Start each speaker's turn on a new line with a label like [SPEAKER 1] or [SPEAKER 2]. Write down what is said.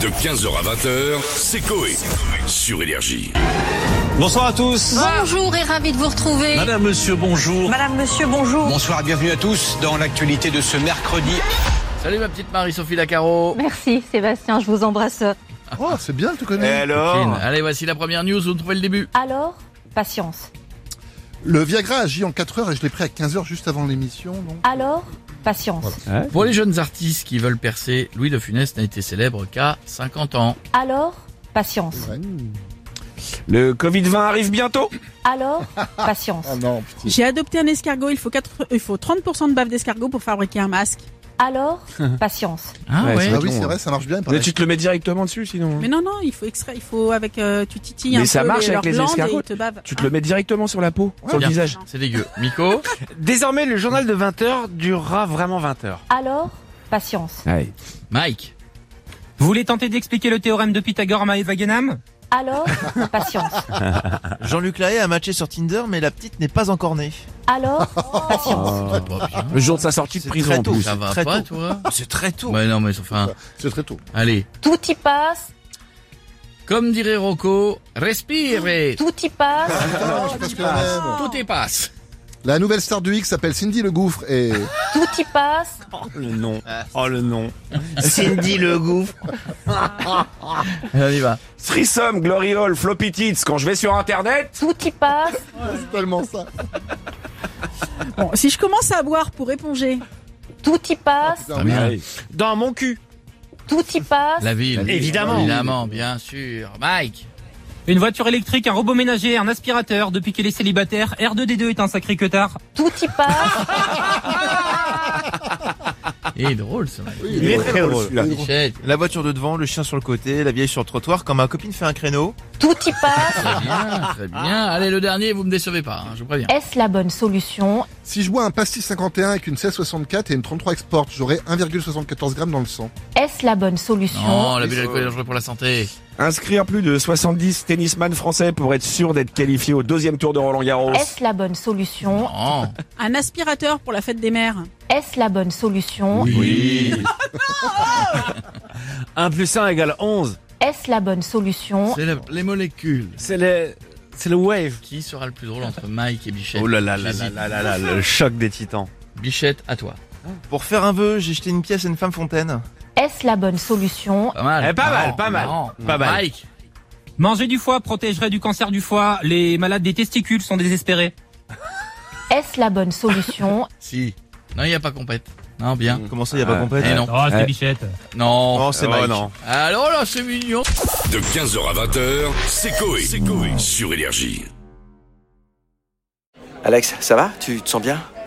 [SPEAKER 1] De 15h à 20h, c'est Coé. Sur Énergie.
[SPEAKER 2] Bonsoir à tous.
[SPEAKER 3] Bonjour et ravi de vous retrouver.
[SPEAKER 2] Madame, monsieur, bonjour.
[SPEAKER 4] Madame, monsieur, bonjour.
[SPEAKER 5] Bonsoir et bienvenue à tous dans l'actualité de ce mercredi.
[SPEAKER 6] Salut ma petite Marie-Sophie Lacaro.
[SPEAKER 3] Merci Sébastien, je vous embrasse.
[SPEAKER 7] Oh, c'est bien, tu
[SPEAKER 8] Euh.
[SPEAKER 7] connais.
[SPEAKER 6] Coquine. Allez, voici la première news, vous trouvez le début.
[SPEAKER 3] Alors, patience.
[SPEAKER 7] Le Viagra agit en 4 heures et je l'ai pris à 15 heures juste avant l'émission. donc.
[SPEAKER 3] Alors, patience.
[SPEAKER 6] Pour les jeunes artistes qui veulent percer, Louis de Funès n'a été célèbre qu'à 50 ans.
[SPEAKER 3] Alors, patience.
[SPEAKER 8] Le Covid-20 arrive bientôt.
[SPEAKER 3] Alors, patience.
[SPEAKER 7] Ah non, putain.
[SPEAKER 4] J'ai adopté un escargot. Il faut, 4... il faut 30% de bave d'escargot pour fabriquer un masque.
[SPEAKER 3] Alors, patience.
[SPEAKER 6] Ah
[SPEAKER 8] Ouais,
[SPEAKER 6] ouais,
[SPEAKER 8] c'est
[SPEAKER 7] Ah oui,
[SPEAKER 8] Attends,
[SPEAKER 7] c'est
[SPEAKER 8] ouais.
[SPEAKER 7] vrai, ça marche bien. il
[SPEAKER 8] Mais
[SPEAKER 7] paraît.
[SPEAKER 8] tu te le mets directement dessus sinon. hein.
[SPEAKER 4] Mais non, non, il faut extraire. Il faut avec. euh, tu titilles
[SPEAKER 8] Mais
[SPEAKER 4] un
[SPEAKER 8] ça
[SPEAKER 4] peu
[SPEAKER 8] marche
[SPEAKER 4] les,
[SPEAKER 8] avec les
[SPEAKER 4] leurs glandes
[SPEAKER 8] escargots.
[SPEAKER 4] et ils te bavent.
[SPEAKER 8] Tu te le mets directement sur la peau, sur le
[SPEAKER 6] Bien.
[SPEAKER 8] visage.
[SPEAKER 6] c'est dégueu. Miko,
[SPEAKER 5] Désormais, le journal de 20h durera vraiment 20h.
[SPEAKER 3] Alors, patience.
[SPEAKER 6] Mike,
[SPEAKER 5] Vous voulez tenter d'expliquer le théorème de Pythagore à Maëvagenam
[SPEAKER 3] Alors, patience.
[SPEAKER 2] Jean-Luc Lahaye a matché sur Tinder, mais la petite n'est pas encore née.
[SPEAKER 3] Alors, patience.
[SPEAKER 6] ça va pas bien.
[SPEAKER 8] Oh. Le jour de sa sortie de
[SPEAKER 2] C'est
[SPEAKER 8] prison
[SPEAKER 2] très
[SPEAKER 8] en
[SPEAKER 2] tôt,
[SPEAKER 8] plus.
[SPEAKER 6] ça va
[SPEAKER 2] très
[SPEAKER 6] pas
[SPEAKER 2] tôt.
[SPEAKER 6] toi
[SPEAKER 2] C'est très tôt.
[SPEAKER 6] Ouais non mais enfin,
[SPEAKER 7] C'est très tôt.
[SPEAKER 6] allez.
[SPEAKER 3] Tout y passe,
[SPEAKER 6] Comme dirait Rocco, respire
[SPEAKER 3] tout y passe.
[SPEAKER 7] Ah, je pense que la même.
[SPEAKER 6] tout est passe.
[SPEAKER 7] La nouvelle star du X s'appelle Cindy Le Gouffre et
[SPEAKER 3] Tout y passe.
[SPEAKER 8] Oh le nom. Oh le nom.
[SPEAKER 2] Cindy le gouffre.
[SPEAKER 6] On y va.
[SPEAKER 8] Threesome, Glory Hall, Floppy Tits. Quand je vais sur internet,
[SPEAKER 3] Tout y passe.
[SPEAKER 7] c'est tellement ça.
[SPEAKER 4] Bon, si je commence à boire pour éponger,
[SPEAKER 3] Tout y passe.
[SPEAKER 6] Ah, bien.
[SPEAKER 8] Ouais.
[SPEAKER 5] Dans mon cul.
[SPEAKER 3] Tout y passe.
[SPEAKER 6] La ville.
[SPEAKER 5] Évidemment.
[SPEAKER 6] Évidemment, bien sûr. Mike,
[SPEAKER 5] Une voiture électrique, un robot ménager, un aspirateur. Depuis qu'elle est célibataire, R2D2 est un sacré queutard.
[SPEAKER 3] Tout y passe.
[SPEAKER 6] il est drôle ce mec.
[SPEAKER 8] Il est très drôle celui-là.
[SPEAKER 6] Michel,
[SPEAKER 2] La voiture de devant, le chien sur le côté, la vieille sur le trottoir. Quand ma copine fait un créneau,
[SPEAKER 3] Tout y passe.
[SPEAKER 6] très bien, très bien. Allez le dernier, vous me décevez pas, hein, je vous préviens.
[SPEAKER 3] Est-ce la bonne solution
[SPEAKER 7] Si je bois un pastis 51 avec une 1664 et une 33 export, j'aurai 1,74 grammes dans le sang.
[SPEAKER 3] Est-ce la bonne solution
[SPEAKER 6] Non, l'abus d'alcool est dangereux pour la santé.
[SPEAKER 8] Inscrire plus de 70 tennisman français pour être sûr d'être qualifié au deuxième tour de Roland Garros.
[SPEAKER 3] Est-ce la bonne solution
[SPEAKER 6] Non.
[SPEAKER 4] un aspirateur pour la fête des mères.
[SPEAKER 3] Est-ce la bonne solution
[SPEAKER 6] Oui.
[SPEAKER 5] 1 plus 1 égale 11.
[SPEAKER 3] Est-ce la bonne solution
[SPEAKER 6] C'est la- les molécules.
[SPEAKER 5] C'est le, c'est le wave.
[SPEAKER 6] Qui sera le plus drôle entre Mike et Bichette
[SPEAKER 2] oh là là là là
[SPEAKER 6] J'hésite.
[SPEAKER 2] là là là, le choc des titans.
[SPEAKER 6] Bichette, à toi.
[SPEAKER 2] Pour faire un vœu, j'ai jeté une pièce à une femme fontaine.
[SPEAKER 3] Est-ce la bonne solution
[SPEAKER 6] Pas mal.
[SPEAKER 8] Eh, pas mal,
[SPEAKER 6] Marrant,
[SPEAKER 8] pas mal,
[SPEAKER 6] marrant.
[SPEAKER 8] pas mal.
[SPEAKER 6] Mike,
[SPEAKER 5] Manger du foie protégerait du cancer du foie. Les malades des testicules sont désespérés.
[SPEAKER 3] Est-ce la bonne solution
[SPEAKER 6] si. Non, il n'y a pas compète. Non, bien.
[SPEAKER 2] Comment ça, y a pas
[SPEAKER 8] Ah.
[SPEAKER 2] compète
[SPEAKER 6] Eh non.
[SPEAKER 5] Oh,
[SPEAKER 8] Ouais.
[SPEAKER 5] bichette.
[SPEAKER 6] Non.
[SPEAKER 2] Oh, c'est Mike.
[SPEAKER 8] non.
[SPEAKER 6] Alors là, c'est mignon.
[SPEAKER 1] De 15h à 20h, c'est Coé. Sur Énergie.
[SPEAKER 9] Alex, ça va Tu te sens bien Euh,